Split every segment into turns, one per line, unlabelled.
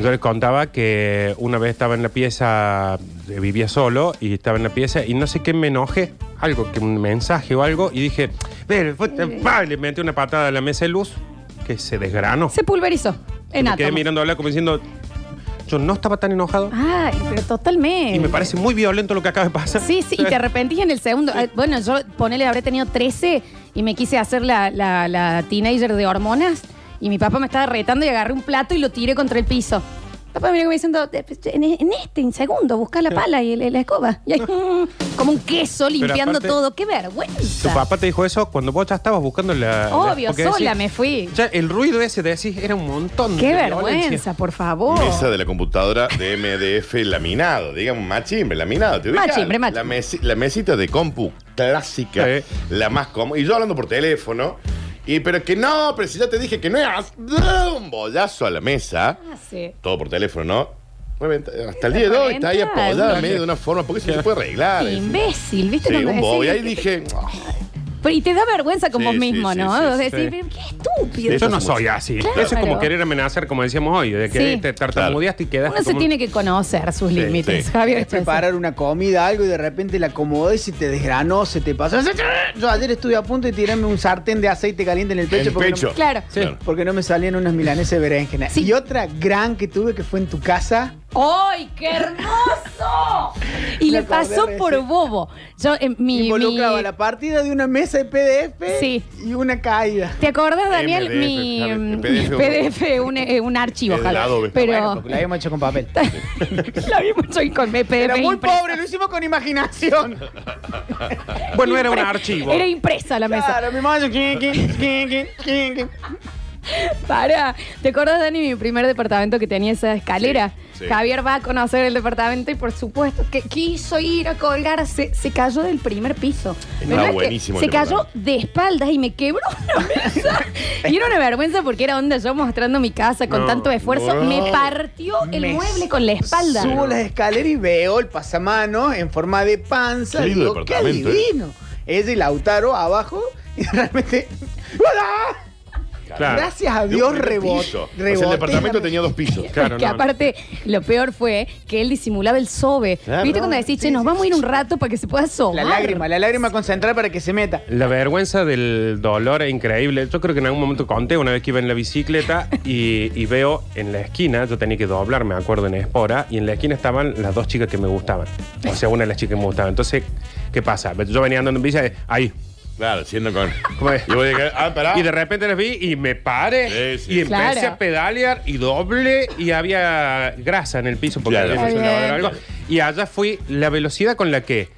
Yo les contaba que una vez estaba en la pieza, eh, vivía solo y estaba en la pieza y no sé qué me enojé, algo, que un mensaje o algo, y dije, "Ve, puta, pa", le metí una patada a la mesa de luz que se desgranó.
Se pulverizó en
me quedé
átomos.
mirándola como diciendo, yo no estaba tan enojado
Ay, pero totalmente.
y me parece muy violento lo que acaba de pasar.
Sí, sí, y te arrepentís en el segundo. Ah, Bueno, yo ponele, habré tenido 13 y me quise hacer la, la, la teenager de hormonas y mi papá me estaba retando y agarré un plato y lo tiré contra el piso. Papá me miró como diciendo, en, en este, en segundo, busca la pala y el- la escoba. Y ahí, mm, como un queso limpiando
aparte-
todo. ¡Qué
Tu
vergüenza!
papá te dijo eso cuando vos ya estabas buscando la... la-
Obvio,
porque
sola
decís-
me fui.
Ya el ruido ese de decís era un montón de
¡Qué
violencia.
vergüenza, por favor!
Mesa de la computadora de MDF laminado, digamos, machimbre, laminado. ¿te ubicas?
Machimbre, machimbre.
La, mesi- la mesita de compu clásica,
Sí.
la más cómoda. Y yo hablando por teléfono, y pero que no, pero si ya te dije que no es un bollazo a la mesa,
Ah, sí.
todo por teléfono, ¿no? Reventa- Hasta el día de hoy está ahí
Reventar.
apoyada medio de una forma, porque eso no se puede arreglar. es-
Imbécil, ¿viste?
Sí,
cuando
un
decís
bobo. Y ahí
que-
dije, "Ah,
Pero- y te da vergüenza con
Sí,
vos
sí,
mismo,
sí,
¿no?
sí,
Vos
sí.
decís, "Pero qué estúpido.
Yo no soy así.
Claro.
Eso es como
Claro.
querer amenazar, como decíamos hoy, de que
Sí.
te tartamudeaste y quedaste
Uno se
como un-
tiene que conocer sus
Sí,
límites,
sí.
Javier.
Es preparar una comida, algo, y de repente la acomodé y se te desgranó, se te pasó. Yo ayer estuve a punto de tirarme un sartén de aceite caliente en el pecho,
En
porque,
pecho.
No,
Claro.
Sí.
Claro.
porque no me salían unas milanesas de berenjena.
Sí.
Y otra gran que tuve que fue en tu casa.
¡Ay, qué hermoso! Y
Me
le pasó
acordé
por
recién.
bobo. Yo, eh, mi,
involucraba
mi-
la partida de una mesa de PDF
Sí.
y una caída.
¿Te acordás, Daniel?
MDF,
mi
Javier,
mm,
PDF,
PDF, un, eh, un archivo,
Es del
Javier.
Adobe.
Bueno,
Pero
porque la habíamos hecho con papel.
lo habíamos hecho con PDF.
Era muy
impresa.
pobre, lo hicimos con imaginación.
Bueno, era un
Impre-
archivo.
Era impresa la mesa.
Claro, mi mamá, yo, quin, quin, quin, quin, quin, quin.
Para, ¿te acordás, Dani, mi primer departamento que tenía esa escalera?
Sí, sí.
Javier va a conocer el departamento y, por supuesto, que quiso ir a colgarse. Se cayó del primer piso.
Está
Pero no es que
buenísimo el
Se cayó
departamento.
de espaldas y me quebró una mesa. y era una vergüenza porque era onda yo mostrando mi casa con
No,
tanto esfuerzo.
no.
Me partió el
Me
mueble con la espalda.
Subo las escaleras y veo el pasamano en forma de panza.
Qué lindo
Digo, qué
departamento, ¿eh?
divino. Ella y Lautaro abajo y realmente. ¡Hola!
Claro.
Gracias a
de un
Dios
primer
rebotó.
piso. O sea, el departamento tenía dos pisos.
Claro,
que
no, no.
aparte, lo peor fue que él disimulaba el sobe.
Claro.
¿Viste cuando decís, che,
Sí,
nos
sí,
vamos a ir
sí.
un rato para que se pueda sobar?
La lágrima, la lágrima concentrar para que se meta.
La vergüenza del dolor es increíble. Yo creo que en algún momento conté una vez que iba en la bicicleta y, y veo en la esquina, yo tenía que doblar, me acuerdo, en Espora, y en la esquina estaban las dos chicas que me gustaban. O sea, una de las chicas que me gustaba. Entonces, ¿qué pasa? Yo venía andando en bici, ahí.
Claro, siendo con.
¿Cómo es?
Y voy a llegar, ah, pará.
Y de repente las vi y me paré
Sí, sí.
y empecé
Claro.
a pedalear y doble y había grasa en el piso porque
Claro.
había hecho un
Está
lavadero o
bien.
algo. Y allá fui la velocidad con la que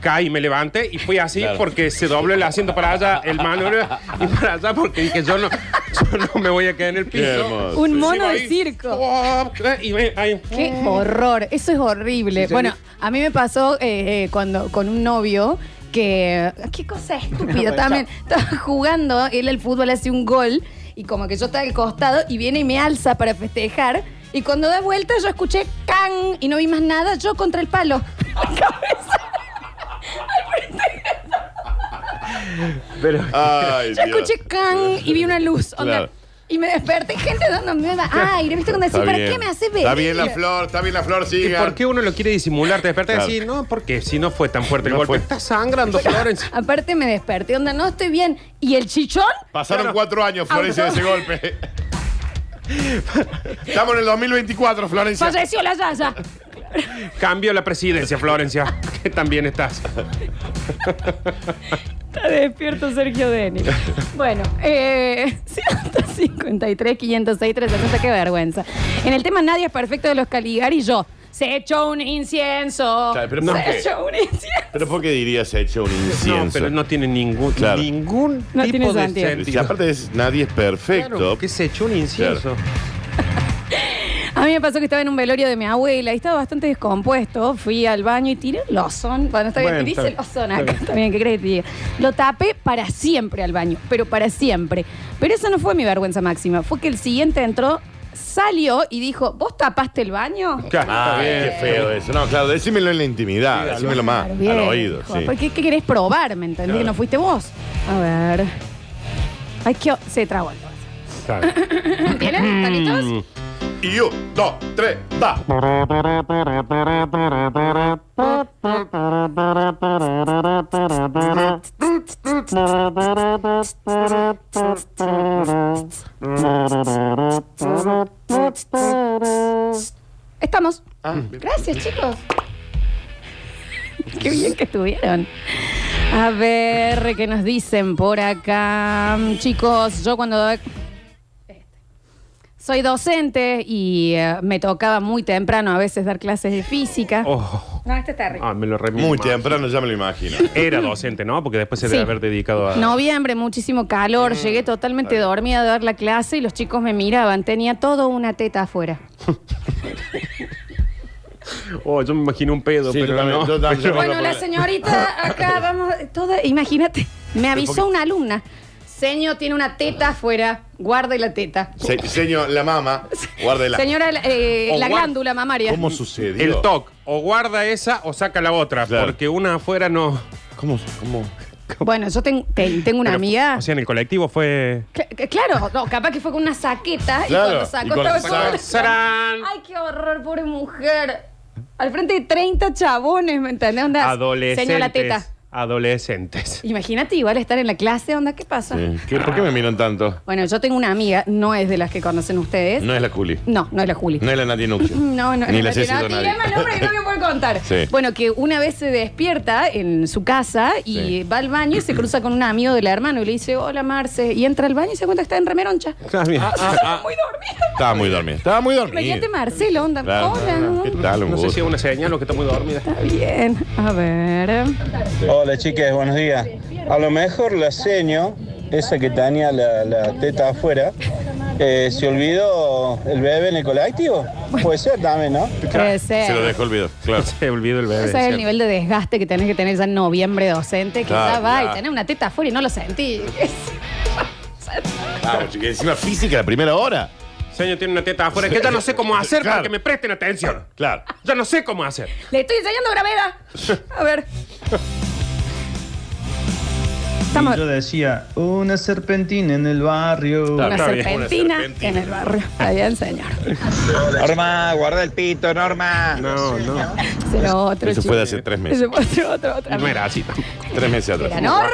caí, me levanté y fui así
Claro.
porque se dobló el asiento para allá, el manubrio y para allá porque dije yo no, yo no me voy a quedar en el
Qué
piso.
hermoso.
Un
Encima
mono de
ahí,
circo.
¡oh! Y me- ahí.
Qué horror, eso es horrible.
Sí,
bueno,
sí.
a mí me pasó eh, eh, cuando con un novio que qué cosa estúpida
Bueno,
también estaba jugando él al fútbol hace un gol y como que yo estaba al costado y viene y me alza para festejar y cuando da vuelta yo escuché can y no vi más nada yo contra el palo
Pero
Ay,
yo
Dios.
escuché can y vi una luz onda.
Claro.
y me desperté gente dándome aire viste cuando decís
Está
¿para
bien.
qué me hace ver
Está bien la flor, está bien la flor,
¿Y
siga.
por qué uno lo quiere disimular? Te despertas
Claro.
y decís, no, porque si no fue tan fuerte el
No
golpe.
fue.
Está sangrando, Florencia.
aparte me desperté onda no estoy bien y el chichón
Pasaron
Claro.
cuatro años,
Ah,
Florencia, de ese golpe. Estamos en el 2024, Florencia.
falleció la yaya
Cambio la presidencia, Florencia, que también estás.
Está despierto Sergio Denis. Bueno, eh, 153, 506, 360, qué vergüenza. En el tema Nadie es perfecto de los Caligari, yo. Se echó un incienso.
Claro, pero
se
¿por qué?
echó un incienso.
¿Pero por qué dirías hecho un incienso?
No, pero no tiene ningún,
Claro.
ningún
No
tipo
tiene
de
sentido.
sentido.
Si aparte es, nadie es perfecto.
Claro, que se echó un incienso.
A mí me pasó que estaba en un velorio de mi abuela y estaba bastante descompuesto. Fui al baño y tiré el lozón. Bueno, está bien,
Bueno,
dice
está bien,
lozón
está
acá.
bien.
Está bien, ¿qué crees que te diga? Lo tapé para siempre al baño, pero para siempre. Pero eso no fue mi vergüenza máxima. Fue que el siguiente entró, salió y dijo, ¿vos tapaste el baño?
Claro,
Ah,
está bien.
qué feo eso. No, claro, decímelo en la intimidad,
Sí,
decímelo más,
Claro,
al
bien,
oído.
hijo. pues.
sí.
¿Por qué, qué querés probar? ¿Me entendés? Que
Claro.
no fuiste vos. A ver. Ay, que se trabó el vaso.
Claro.
¿Entienden? ¿Están listos?
Mm.
Y un, dos, tres, va.
Estamos.
Ah,
Gracias, chicos. Qué bien que estuvieron. A ver, ¿qué nos dicen por acá? Chicos, yo cuando doy- soy docente y eh, me tocaba muy temprano a veces dar clases de física.
Oh,
No, este está terrible.
ah, me lo remito.
Muy temprano ya me lo imagino.
Era docente, ¿no? Porque después se
Sí.
debe haber dedicado a. Mm,
Noviembre, muchísimo calor, llegué totalmente dormida a dar la clase y los chicos me miraban, tenía todo una teta afuera.
Oh, yo me imagino un pedo,
Sí,
pero
yo también,
no.
yo también.
Pero-
Bueno,
Bueno,
la
porque-
señorita acá, vamos, toda, imagínate, me avisó una alumna, señor tiene una teta afuera, guarde la teta.
Se, señor, la mama, guárdela.
Señora, eh,
O
la
guar-
glándula mamaria.
¿Cómo sucedió?
el TOC, o guarda esa o saca la otra,
Claro.
porque una afuera no.
¿Cómo? se- cómo?
Bueno, yo ten- ten- tengo una
Pero,
amiga...
O sea, en el colectivo fue.
Cl- cl- claro, no, capaz que fue con una saqueta
Claro,
y cuando
y
sacó
cuando
estaba
sacó-
todo-
¡Sarán!
Ay, qué horror, pobre mujer. Al frente de 30 chabones, ¿me entendés? Onda,
Adolescentes.
Señora teta.
Adolescentes.
Imagínate igual estar en la clase, onda, ¿qué pasa?
Sí. Eh, ¿Qué- ¿Por qué me miran tanto?
Bueno, yo tengo una amiga, no es de las que conocen ustedes.
No es la culi.
No, no es la Juli.
No es la Nati Nuccio.
No, no,
Ni
no,
la Ceci
no,
Donadi.
dígame el nombre que no voy a poder contar.
Sí.
Bueno, que una vez se despierta en su casa y
Sí.
va al baño y se cruza con un amigo del hermano y le dice, hola Marce, y entra al baño y se da cuenta que está en remeroncha.
Ah,
Está bien.
Muy dormida.
Estaba muy dormida. Estaba muy dormida.
Imagínate Marcelo, onda,
Claro.
hola.
¿Qué tal? Un
No sé si
gusto.
es una señal o que está muy dormida.
Está bien, a ver.
Hola chicas, buenos días. A lo mejor la seño, esa que tenía la, la teta afuera, eh, se olvidó el bebé en el colectivo. Puede ser también, ¿no?
Puede ser.
Se lo dejo olvidado. Claro.
Se olvidó el bebé.
Ese es el
¿cierto?
nivel de desgaste que tenés que tener ya en noviembre docente, que
Claro,
ya va
claro.
y tenés una teta afuera y no lo sentí.
Vamos, chica, encima física la primera hora.
Señor tiene una teta afuera. Es que ya no sé cómo hacer para
Claro.
que me presten atención.
Claro.
Ya no sé cómo hacer.
Le estoy enseñando gravedad. A ver. Estamos
yo decía, una serpentina en el barrio.
una,
está bien.
serpentina
Una serpentina.
en el barrio. Está bien, señor.
Norma, guarda el pito, Norma.
No, no.
Ese era otro
Eso fue de
chiste.
hace tres meses.
Ese fue otro, otro, otro.
No era así.
Tres meses atrás.
Era norma,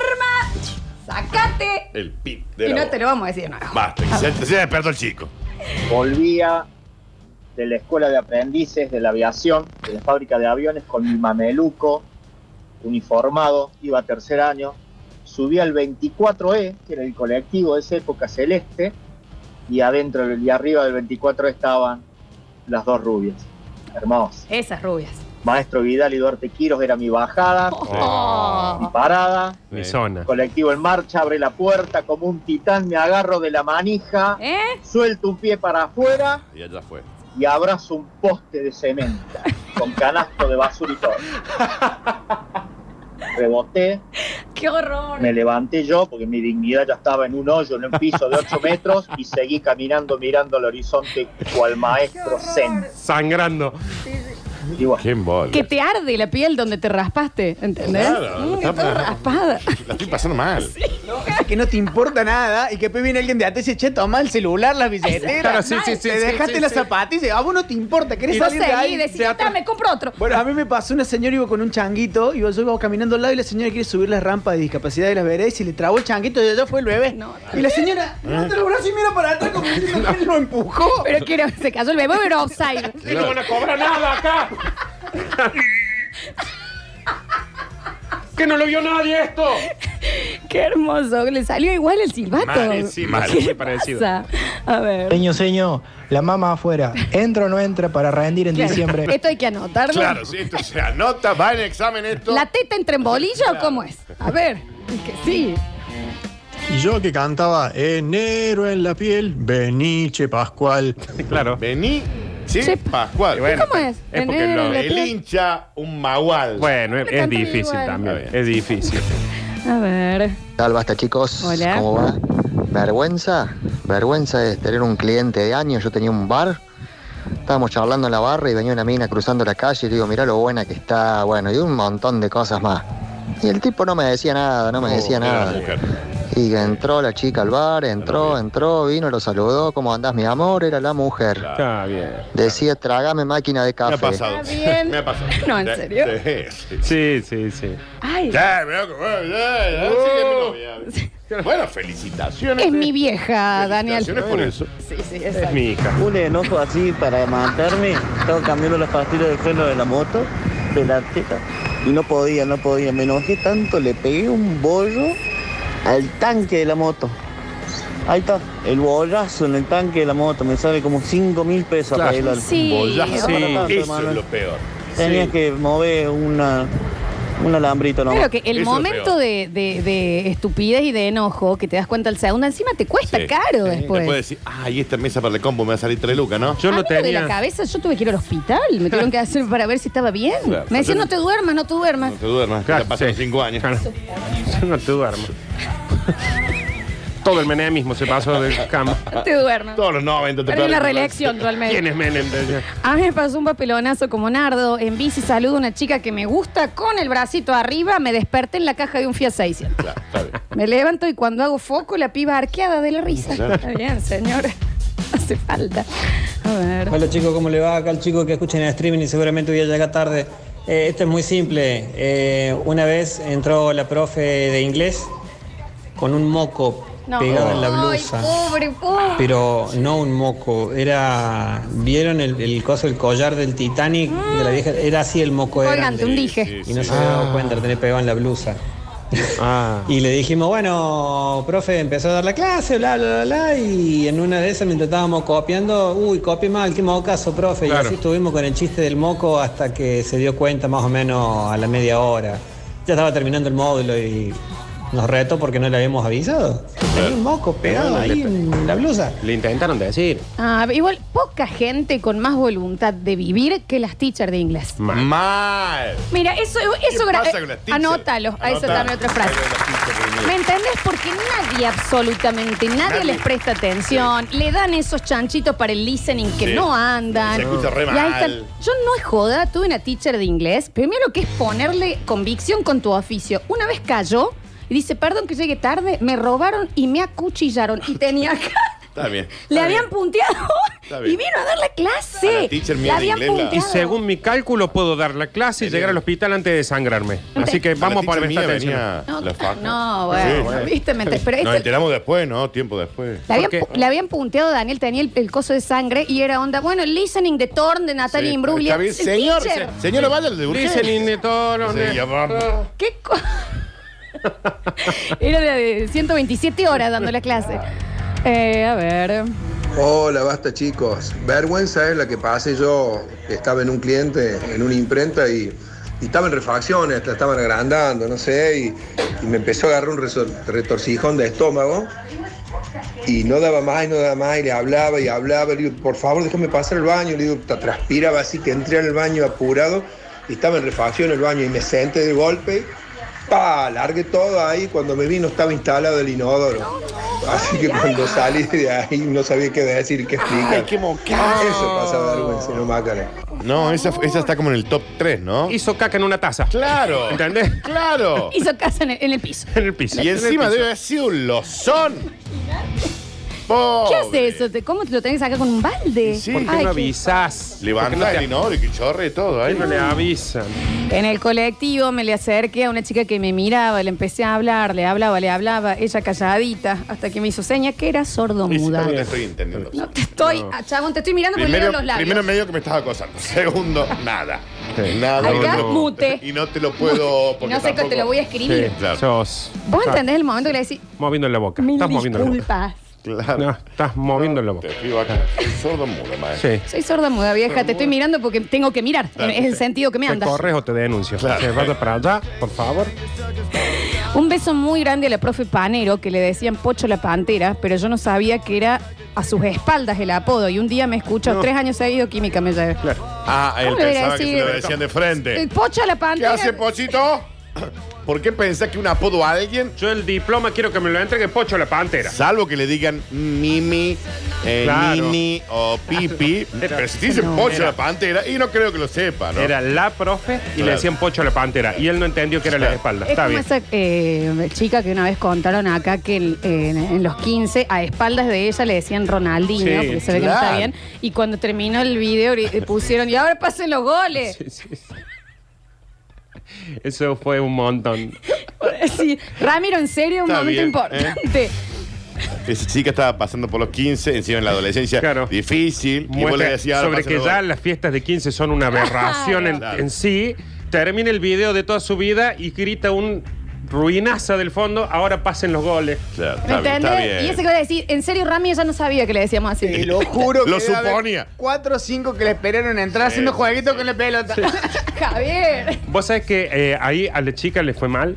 sacate.
El pip de
Y
la
no
voz.
te lo Ah. vamos a decir de nuevo.
Basta, que se, se despertó el chico.
Volvía de la escuela de aprendices de la aviación, de la fábrica de aviones, con mi mameluco uniformado, iba a tercer año. Subí al 24E, que era el colectivo de esa época celeste, y adentro y arriba del 24E estaban las dos rubias. Hermoso.
Esas rubias.
Maestro Vidal y Duarte Quiros era mi bajada, mi
Oh.
parada.
Mi zona.
Colectivo en marcha, abre la puerta como un titán, me agarro de la manija,
¿Eh?
suelto un pie para afuera.
Y allá fue.
y abrazo un poste de cemento con canasto de basura y todo. Reboté,
¡Qué horror!
me levanté yo porque mi dignidad ya estaba en un hoyo, en un piso de 8 metros y seguí caminando mirando al horizonte cual maestro zen.
Sangrando.
Y bueno,
¿Quién bol?
Que te arde la piel donde te raspaste, ¿entendés?
Claro,
Mm,
está
está
para-
raspada.
La estoy pasando mal.
Que no te importa nada y que después viene alguien de atrás y dice, che, toma el celular, las billeteras.
Claro, sí, sí, sí,
Te
sí,
dejaste
sí,
las
sí.
zapatillas. A vos no te importa, querés
Y no
salir de
sé, y
ahí.
decís,
Te
"Ya
atro-
está, me compro otro.
Bueno, a mí me pasó, una señora iba con un changuito, y yo iba caminando al lado y la señora quiere subir la rampa de discapacidad de las veredas y le trabó el changuito y allá fue el bebé.
No,
y la señora, levanta los brazos y mira para atrás como diciendo que lo empujó.
Pero quiero, se cayó el bebé, pero offside.
Y no van a cobrar nada acá. que no lo vio nadie esto.
Qué hermoso. Le salió igual el silbato.
Mal, sí, mal,
¿Qué
muy parecido.
pasa? A ver.
Señor, señor, la mamá afuera. ¿Entra o no entra para rendir en
Claro,
diciembre?
Esto hay que anotarlo.
Claro, sí, esto se anota, va en examen esto.
¿La teta entra en bolilla o cómo es? A ver. es que sí.
Y yo que cantaba Enero en la piel, Beniche Pascual.
Claro.
Vení, sí,
Sí.
Pascual.
¿Cómo es?
es porque
Enero,
lo-
la
El
teta.
hincha, un magual.
Bueno, es, es difícil
Igual.
también.
Está bien.
Es difícil.
A ver.
tal basta chicos?
Hola.
¿Cómo va? ¿Vergüenza? Vergüenza es tener un cliente de años. Yo tenía un bar, estábamos charlando en la barra y venía una mina cruzando la calle y le digo, mirá lo buena que está, bueno, y un montón de cosas más. Y el tipo no me decía nada, no me decía
era
nada.
mujer.
Y entró la chica al bar, entró, entró, vino, lo saludó, ¿cómo andás, mi amor? Era la mujer.
Está bien.
Decía, trágame máquina de
Me
café.
ha pasado.
Está bien.
Me ha pasado.
No, ¿en
Sí,
serio?
Sí, sí.
Sí, sí, sí.
Ay,
Ya, veo que- bueno, ya, ya,
Uh.
sí, es mi novia. Bueno, felicitaciones.
es mi vieja, Ah, Daniel.
Felicitaciones por eso.
Sí, sí,
Es
exacto.
mi hija.
Un enojo así para matarme. Estaba cambiando las pastillas de freno de la moto, de la teta. Y no podía, no podía. Me enojé tanto, le pegué un bollo al tanque de la moto. Ahí está, el bollazo en el tanque de la moto. Me sale como 5 mil pesos
Claro.
arreglarlo.
Sí.
Bollazo.
Sí.
Eso es lo peor.
Tenías que mover una, un alambrito nomás.
Claro que el
Eso es
momento
peor.
de, de- de estupidez y de enojo que te das cuenta al segundo, encima te cuesta
Sí.
caro
Sí.
después.
Te puede decir, ay, esta mesa para el combo me va a salir tres lucas, ¿no?
Yo
a
lo
mí de la
tenía.
cabeza, yo tuve que ir al hospital. Me tuvieron que hacer para ver si estaba bien.
Claro,
Me decían,
yo-
no te duermas, no te duermas.
No te duermas, que ya
Claro,
pasaron
sí.
cinco años.
Claro. Yo no te duermo. Todo el menemismo se pasó del campo.
No te duermas.
Todos los 90 te
Perdí
perdí
la reelección, realmente.
¿Quién es Menem?
A mí me pasó un papelonazo como Nardo. En bici saludo a una chica que me gusta con el bracito arriba. Me desperté en la caja de un Fiat 600.
Claro, está bien.
Me levanto y cuando hago foco, la piba arqueada de la risa. Está bien, señora. No hace falta. A ver.
Hola chicos, ¿cómo le va? Acá el chico que escucha en el streaming y seguramente voy a llegar tarde. Eh, esto es muy simple. Eh, una vez entró la profe de inglés con un moco
No.
pegado en la
Ay,
blusa.
pobre, pobre.
Pero no un moco, era. ¿Vieron el, el coso, el collar del Titanic de la vieja? Era así el moco de
Colgante, un
grande.
dije.
Y no se había dado cuenta, lo tenía pegado en la blusa.
Ah.
Y le dijimos, bueno, profe, empezó a dar la clase, bla, bla, bla, bla, y en una de esas, mientras estábamos copiando, uy, copie mal, qué mocazo, profe,
Claro.
y así estuvimos con el chiste del moco hasta que se dio cuenta más o menos a la media hora. Ya estaba terminando el módulo y nos retó porque no le habíamos avisado. Tenía un moco pegado ahí en la blusa.
Le intentaron decir.
Ah, igual, poca gente con más voluntad de vivir que las teachers de inglés.
Mm.
Mal.
Mira, eso, eso
¿Qué
gra- eh,
pasa con las teachers?
Anótalo, a eso
Anótalo.
dame otra frase.
Ay, las teachers, Dios mío.
¿Me entendés? Porque nadie, absolutamente nadie,
Nadie.
les presta atención. Le dan esos chanchitos para el listening que
Sí.
no andan.
Se escucha re
Y ahí están.
mal.
Yo no es joda, tuve una teacher de inglés. Primero que es ponerle convicción con tu oficio. Una vez cayó y dice, perdón que llegué tarde, me robaron y me acuchillaron. Y tenía acá.
Está bien.
Le
Está
habían
bien.
punteado
Está bien.
y vino a dar la clase.
A la teacher mía
Le
de
habían
inglés la-
punteado.
Y según mi cálculo, puedo dar la clase y llegar al hospital antes de sangrarme. Así que vamos
la
por
teacher
esta
mía
atención.
venía
No,
la faca.
no, bueno,
Sí, bueno.
viste, me ent- pero
Nos
esto-
enteramos después, ¿no? Tiempo después.
le, habían,
Porque-
pu- le habían punteado a Daniel, tenía el, el coso de sangre y era onda, bueno, el listening de Torn de Natalia
Sí,
Imbruglia.
está bien.
Sí,
Señor,
teacher,
se- señora, vaya al de urgencia.
Dicen ni todo.
Se llama-
¿qué co- Era de de 127 horas dando la clase. Eh, a ver.
Hola, basta chicos. Vergüenza es la que pasé yo, que estaba en un cliente, en una imprenta y, y estaba en refacciones, la estaban agrandando, no sé, y, y me empezó a agarrar un resor- retorcijón de estómago y no daba más y no daba más y le hablaba y hablaba, le digo, por favor déjame pasar al baño, le digo, "Ta- transpiraba así que entré al baño apurado y estaba en refacción el baño y me senté de golpe, pa, largué todo ahí, cuando me vi no estaba instalado el inodoro. Así que cuando salí de ahí no sabía qué decir, qué explicar.
Ay, qué mocado.
Eso pasa vergüenza, no macaré.
No, esa, esa está como en el top 3, ¿no?
Hizo caca en una taza.
Claro.
¿Entendés?
Claro.
Hizo casa en el, en el piso.
En el piso.
Y
En el
encima
piso.
debe haber sido un lozón.
¿Qué
Pobre.
hace eso? ¿Te- ¿Cómo te lo tenés acá con un balde?
Sí.
¿Por qué
Ay,
no
qué-
avisas? ¿Por qué
Levanta
no te-
el inodoro y que chorre todo.
¿Por
Ahí
qué no le avisan?
En el colectivo me le acerqué a una chica que me miraba, le empecé a hablar, le hablaba, le hablaba, ella calladita, hasta que me hizo seña que era sordomuda.
No te estoy entendiendo.
No te estoy, ah, chabón, te estoy mirando por
Primero,
los labios.
primero medio que me estás acosando. Segundo, nada.
Sí.
Nada.
Acá,
no.
mute.
Y no te lo puedo.
Y
Porque
no sé que
tampoco-
te lo voy a
Sí,
escribir.
claro.
Sos.
Vos
estás
entendés el momento que le decís,
Moviendo la boca.
mil
Estás moviendo la boca.
disculpas.
Claro.
No, estás moviendo la boca.
Te escribo acá. Soy sordo mudo, maestro.
Sí.
Soy sorda muda vieja, te estoy mirando porque tengo que mirar.
Claro.
Es el sentido que me
Te
andas.
corres o te denuncio.
Claro.
Se vaya para allá, por favor.
Un beso muy grande a la profe Panero, que le decían Pocho la Pantera, pero yo no sabía que era a sus espaldas el apodo. Y un día me escuchó,
No.
tres años seguidos, química me llevé.
Claro.
Ah, él
¿Cómo le voy a
pensaba que se
decir?
lo decían de
El
frente.
Pocho la
¿Qué
Pantera.
hace, Pochito? ¿Por qué pensás que un apodo a alguien?
Yo el diploma quiero que me lo entregue Pocho la Pantera.
Salvo que le digan Mimi, eh,
Claro.
Nini o Pipi.
Era-
pero si te dicen
No.
Pocho
Era-
la Pantera, y no creo que lo sepa, ¿no?
Era la profe y le
Claro.
decían Pocho la Pantera. Y él no entendió que era la espalda.
Es
Está
como
bien.
esa eh, chica que una vez contaron acá que el- en, en los 15 a espaldas de ella le decían Ronaldinho,
Sí,
porque se ve que no está
claro.
bien. Y cuando terminó el video gri- pusieron, y ahora pasen los goles.
Eso fue un montón.
Sí, Ramiro, en serio, un
Está
momento
¿eh?
bien,
importante.
Esa chica estaba pasando por los 15, encima en la adolescencia. Difícil. y vos le
Muestra
decías, ahora
sobre
pásalo
que
vos.
ya las fiestas de 15 son una aberración en,
Claro.
en sí. Termina el video de toda su vida y grita un ruinaza del fondo. Ahora pasen los goles.
Claro,
¿Me entendés? Y ese que va a decir, en serio, Rami, ella no sabía que le decíamos así.
Te lo juro que
Lo
debe haber
suponía.
Cuatro o cinco que le esperaron entrar
Sí.
haciendo jueguitos con la pelota.
Javier.
Vos sabés que eh, ahí a la chica le fue mal,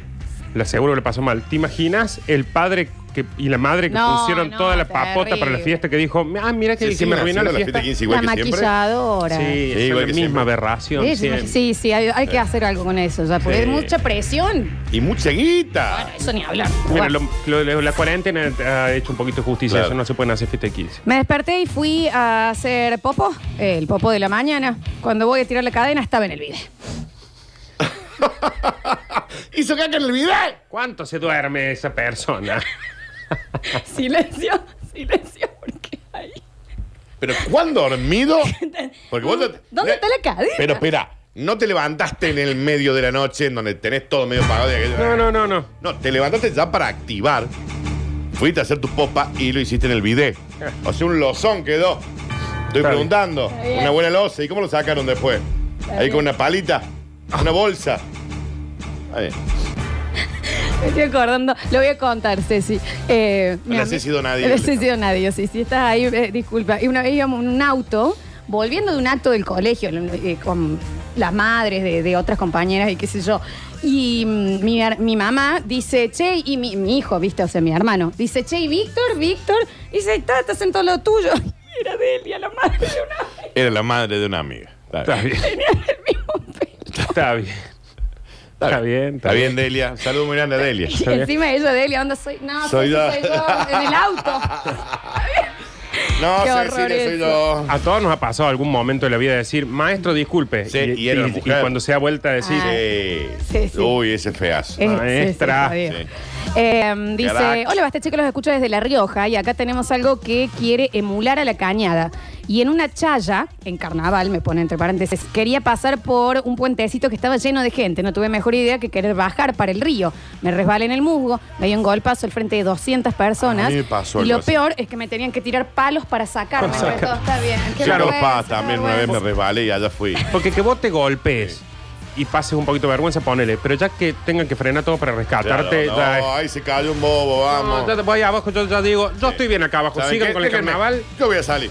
la seguro que le pasó mal. ¿Te imaginas el padre que, y la madre que
No,
pusieron
no,
toda la papota
terrible.
para la fiesta que dijo, ah, mira que,
Sí,
que
sí,
me arruinó la
haciendo
fiesta?
la fiesta 15 igual
La
que siempre.
maquilladora.
Sí, es
igual
la
que
misma
siempre.
aberración.
Sí,
siempre.
sí, sí, hay, hay que hacer algo con eso, ya, porque
Sí.
es mucha presión.
Y mucha guita.
Eso ni hablar.
Mira, lo- lo- lo- la cuarentena eh, ha hecho un poquito de justicia,
Claro.
eso no se pueden hacer fiesta de 15.
Me desperté y fui a hacer popo, eh, el popo de la mañana. Cuando voy a tirar la cadena estaba en el video.
¡Hizo caca en el video!
¿Cuánto se duerme esa persona?
Silencio, silencio.
Pero ¿cuán dormido? Porque vos.
¿Dónde está la cadena?
Pero espera, ¿no te levantaste en el medio de la noche en donde tenés todo medio pagado?
No, no, no, no.
No, te levantaste ya para activar. Fuiste a hacer tu popa y lo hiciste en el bidet. O sea, un lozón quedó. Estoy preguntando.
Está bien.
Una buena loza. ¿Y cómo lo sacaron después?
Está
Ahí
bien.
con una palita, una bolsa. Está bien.
Me estoy acordando, lo voy a contar, Ceci. Eh,
No
mi
le
ami-
has sido nadie.
No le has sido nadie, sí, sí, estás ahí, eh, disculpa. Y una vez íbamos en un auto, volviendo de un acto del colegio, eh, con las madres de, de otras compañeras y qué sé yo. Y mm, mi, her- mi mamá dice, che, y mi, mi hijo, viste, o sea, mi hermano, dice, che, y Víctor, Víctor, dice, está, estás en todo lo tuyo. Y era Delia, la madre de una
Era la madre de una amiga. Está bien.
Está bien. Está bien.
Está bien, Delia. Saludos muy grande a Delia.
Y encima ella, Delia, onda, soy, no,
Soy
Ceci,
yo.
soy yo, en el auto.
No,
Qué
Cecilia,
horror
soy
eso.
yo.
A todos nos ha pasado algún momento de la vida de decir, maestro, disculpe.
y era una mujer.
cuando se da vuelta a decir,
Ah. Sí, Eh, sí.
Uy, ese es feazo.
Es-
maestra.
sí, sí, está bien. Eh, dice,
Carac.
hola, basta, chicos, los escucho desde La Rioja y acá tenemos algo que quiere emular a la cañada. Y en una chaya, en carnaval, me pone entre paréntesis, quería pasar por un puentecito que estaba lleno de gente. No tuve mejor idea que querer bajar para el río. Me resbalé en el musgo, me dio un golpazo al frente de 200 personas.
A mí me pasó
y
algo
lo
así.
peor es que me tenían que tirar palos para sacarme.
Para
pero todo está bien. Qué
Claro,
vergüenza,
pa, también una vez me resbalé y allá fui.
porque que vos te golpes y pases un poquito de vergüenza, ponele. Pero ya que tengan que frenar todo para rescatarte,
Claro,
ya es-
no, ahí se cayó un bobo, vamos.
No, yo te voy abajo, yo ya digo, yo estoy bien acá abajo,
¿Saben
sigan
qué?
con el
Déjenme,
carnaval.
Yo voy a salir.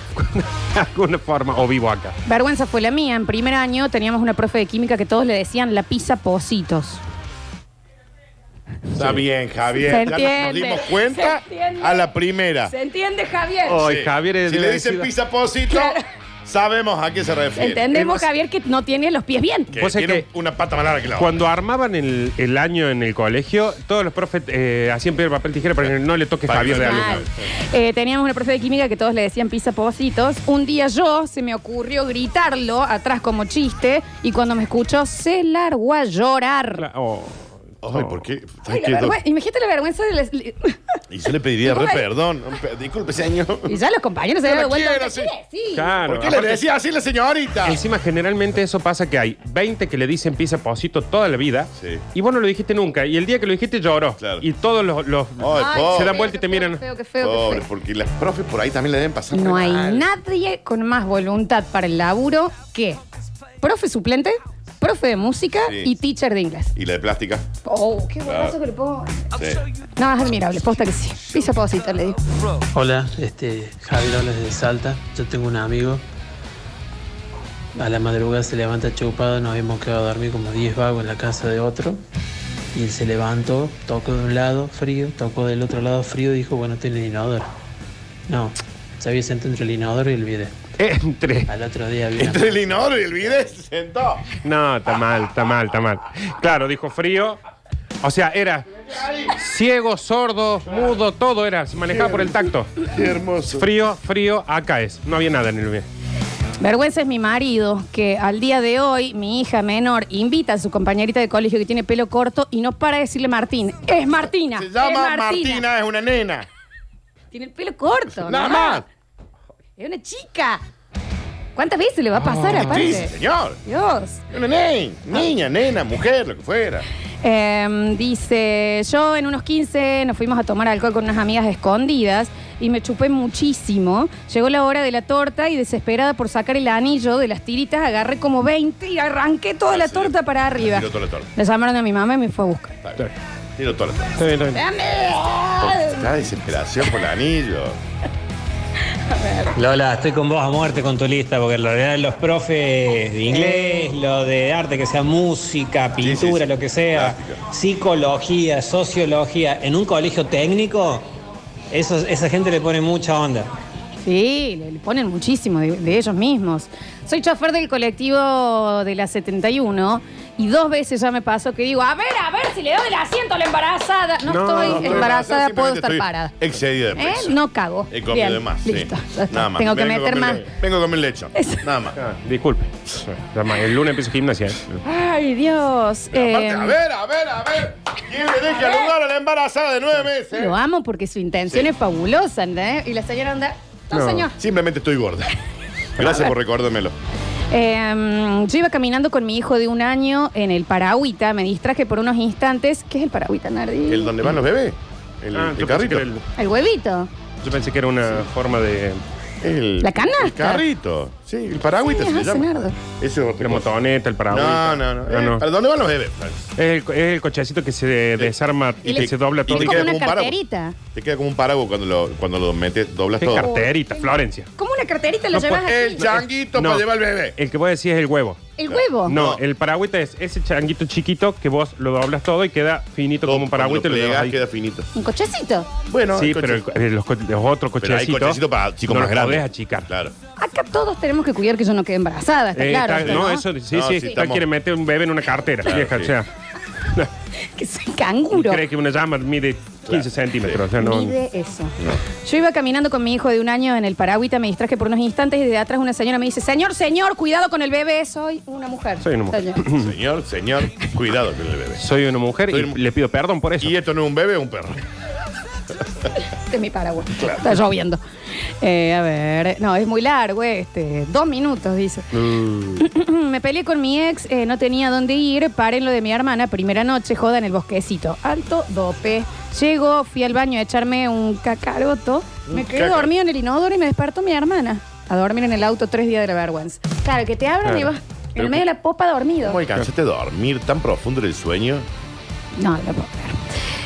De alguna forma, o vivo acá.
Vergüenza fue la mía. En primer año teníamos una profe de química que todos le decían la pizza positos.
Está bien, Javier.
Se
ya nos- nos
entiende,
dimos cuenta
se entiende.
a la primera.
¿Se entiende, Javier?
Oh,
Ay, Javier es
si le dicen
decida.
pizza posito, sabemos a qué se refiere.
Entendemos,
Hemos-
Javier, que no tiene los pies bien. Ah.
Que
Vos sabés
tiene
que-
una pata más larga que la otra.
Cuando armaban el, el año en el colegio, todos los profes eh, hacían piedra, papel, tijera para que no le toque
Para que
Javier de
no le
alumno.
Eh, teníamos una profe de química que todos le decían pizza positos. Un día yo se me ocurrió gritarlo atrás como chiste y cuando me escuchó se largó a llorar.
Oh,
Ay, ¿por qué? ¿Sabes
Ay, la
qué?
vergüenza- Imagínate la vergüenza de las...
Y yo le pediría re
Ay.
perdón. Pe- Disculpe, señor.
Y ya los compañeros se
Yo la
dieron vuelta.
quiero,
¿Qué
sí.
quiere? Sí.
Claro.
¿Por qué le
aparte-
decía así la señorita?
Encima, generalmente eso pasa que hay 20 que le dicen pizza posito toda la vida y vos no lo dijiste nunca. Y el día que lo dijiste lloró. Y todos los, los-
Ay,
Ay,
pobre.
se dan vuelta y te miran.
Feo, qué feo, qué feo.
Pobre, porque las profes por ahí también le deben pasar.
No
re
hay
mal.
nadie con más voluntad para el laburo que profe suplente, profe de música
Sí.
y teacher de inglés.
Y la de plástica.
Oh, qué
Claro.
guapazo que le pongo.
Sí.
No, es admirable, posta que sí. Pisa posita, le digo.
Hola, este Javier habla desde Salta. Yo tengo un amigo. A la madrugada se levanta chupado, nos hemos quedado a dormir como 10 vagos en la casa de otro. Y él se levantó, tocó de un lado frío, tocó del otro lado frío y dijo, bueno, estoy en el inodoro. No, se había sentado entre el inodoro y el bidet.
Entre.
Al otro día había...
Entre el inodoro y el bidet se sentó.
No, está mal, está mal, está mal. Claro, dijo frío, O sea, era ciego, sordo, mudo, todo era. Se manejaba por el tacto.
Qué hermoso.
Frío, frío, acá es. No había nada en el bien.
Vergüenza es mi marido, que al día de hoy mi hija menor invita a su compañerita de colegio que tiene pelo corto y no para de decirle Martín. Es Martina.
Se llama
es
Martina. es una nena.
Tiene el pelo corto.
Nada
¿no?
más.
Es una chica. ¿Cuántas veces le va a pasar aparte?
Sí, señor.
Dios.
Una nena, niña, nena, mujer, lo que fuera.
Em, dice, yo en unos 15 nos fuimos a tomar alcohol con unas amigas escondidas y me chupé muchísimo. Llegó la hora de la torta y desesperada por sacar el anillo de las tiritas, agarré como 20 y arranqué toda la torta para arriba.
Tiro toda la torta.
Le llamaron a mi mamá y me fue a buscar.
Está bien. Tiro toda la torta.
¡Dame!
La desesperación por el anillo.
Lola, estoy con vos a muerte con tu lista, porque en realidad los profes de inglés, lo de arte, que sea música, pintura, lo que sea, psicología, sociología, en un colegio técnico, eso- esa gente le pone mucha onda.
Sí, le, le ponen muchísimo de, de ellos mismos. Soy chofer del colectivo de la 71 y dos veces ya me pasó que digo, a ver, a ver si le doy el asiento a la embarazada. No, estoy embarazada, puedo estar
Estoy
parada.
Excedida de
¿Eh?
peso.
No cago.
He comido
Bien,
de más.
Listo.
sí.
ya está.
Nada más.
Tengo que
Vengo
meter
con mi
más.
le- Vengo con mi lechón. Nada más.
Ah, Disculpe. Nada más, El lunes empiezo gimnasia. ¿eh?
Ay, Dios. eh,
A ver, a ver, a ver. ¿Quién le deja lugar a la embarazada de nueve meses?
¿eh?
Lo amo porque su intención es fabulosa, ¿entendés? Y la señora anda. No, señor.
Simplemente estoy gorda. Gracias por recordármelo.
Eh, yo iba caminando con mi hijo de un año en el Paraguita, me distraje por unos instantes. ¿Qué es el Paraguita, Nardi?
¿El donde van los bebés? El,
Ah,
el
yo pensé
carrito.
que era el-
El huevito.
Yo pensé que era una forma de.
El,
La canasta.
El carrito. Sí, el paragüita
Sí,
se le
ajá,
llama.
Nardo.
Ese es otro.
La motoneta, el
No,
paraguas.
no, no. Eh, ¿Para dónde van los bebés?
Es el, co- es el cochecito que se desarma y,
te-
se dobla
y
todo.
te
y
Como
queda
una
como-
paraguas.
carterita.
Te queda como un paraguas cuando lo, cuando lo metes, doblas
Qué
todo.
carterita, Florencia.
Como una carterita lo
No,
llevas
pues,
así.
El changuito para llevar al bebé.
El que vos decís es el huevo.
El huevo.
No, el paragüita es ese changuito chiquito que vos lo doblas todo y queda finito como un
Cuando
paragüita y lo
plegás,
llevas ahí.
queda finito.
Un cochecito.
Bueno,
sí,
el coche-
pero el co- eh, los, co- los otros
Pero hay
cochecitos.
cochecito para chicos
no los
más grandes.
podés achicar.
Claro.
Acá todos tenemos que cuidar que yo no quede embarazada, está
Eh,
claro.
está-
esto,
no, eso sí,
No, sí,
sí, está
estamos-
quiere meter un bebé en una cartera,
Claro,
vieja,
sí.
o sea,
Que soy canguro.
cree que una llama mide 15 centímetros, o sea, no,
Mide eso. Yo iba caminando con mi hijo de un año en el Paraguita, me distraje por unos instantes y de atrás una señora me dice, señor, señor, cuidado con el bebé, soy una mujer.
Soy una mujer.
Señor.
Señor, señor, cuidado con el bebé.
soy una mujer
Soy
y
una-
le pido perdón por eso.
Y esto no es un bebé, es un perro.
Este es mi paraguas. Está lloviendo. Eh, a ver, no, es muy largo este. Dos minutos, dice.
Mm.
Me peleé con mi ex, eh, no tenía dónde ir, paren lo de mi hermana, primera noche, joda en el bosquecito. Alto dope. Llego, fui al baño a echarme un cacaroto, me quedé
caca.
dormido en el inodoro y me despertó mi hermana. A dormir en el auto tres días de la vergüenza. Claro, que te abran
Claro.
y vas en
Pero
medio de la popa dormido.
¿Cómo alcanzaste a dormir tan profundo en el sueño?
No, no puedo creer.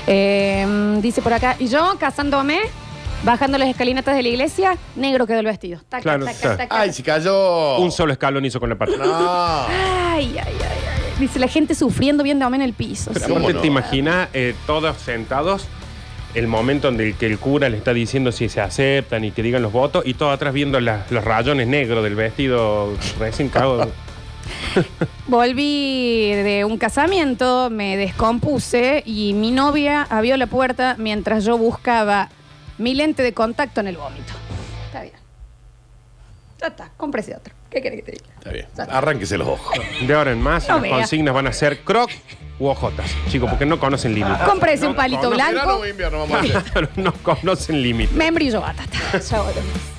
Eh, dice por acá, y yo casándome, bajando las escalinatas de la iglesia, negro quedó el vestido. Taca,
Claro,
taca,
claro.
taca.
¡Ay, se cayó! Ah,
Un solo escalón hizo con la pata.
No.
Ay, ay, ay, ay. Dice la gente sufriendo viéndome en el piso.
Pero
sí.
aparte,
no?
¿te imaginas eh, todos sentados? El momento en el que el cura le está diciendo si se aceptan y que digan los votos, y todos atrás viendo las- los rayones negros del vestido recién cago.
Volví de un casamiento, me descompuse y mi novia abrió la puerta mientras yo buscaba mi lente de contacto en el vómito. Está bien. Ya está, cómprese otro. ¿Qué querés que te diga?
Está bien. Arránquese los ojos.
De ahora en más,
No
las
vea.
consignas van a ser croc u ojotas, chicos, porque no conocen límites.
Cómprese un palito
Ah, No,
blanco.
verano o invierno, vamos a hacer.
no conocen límites.
Membrillo batata. Ya volvemos.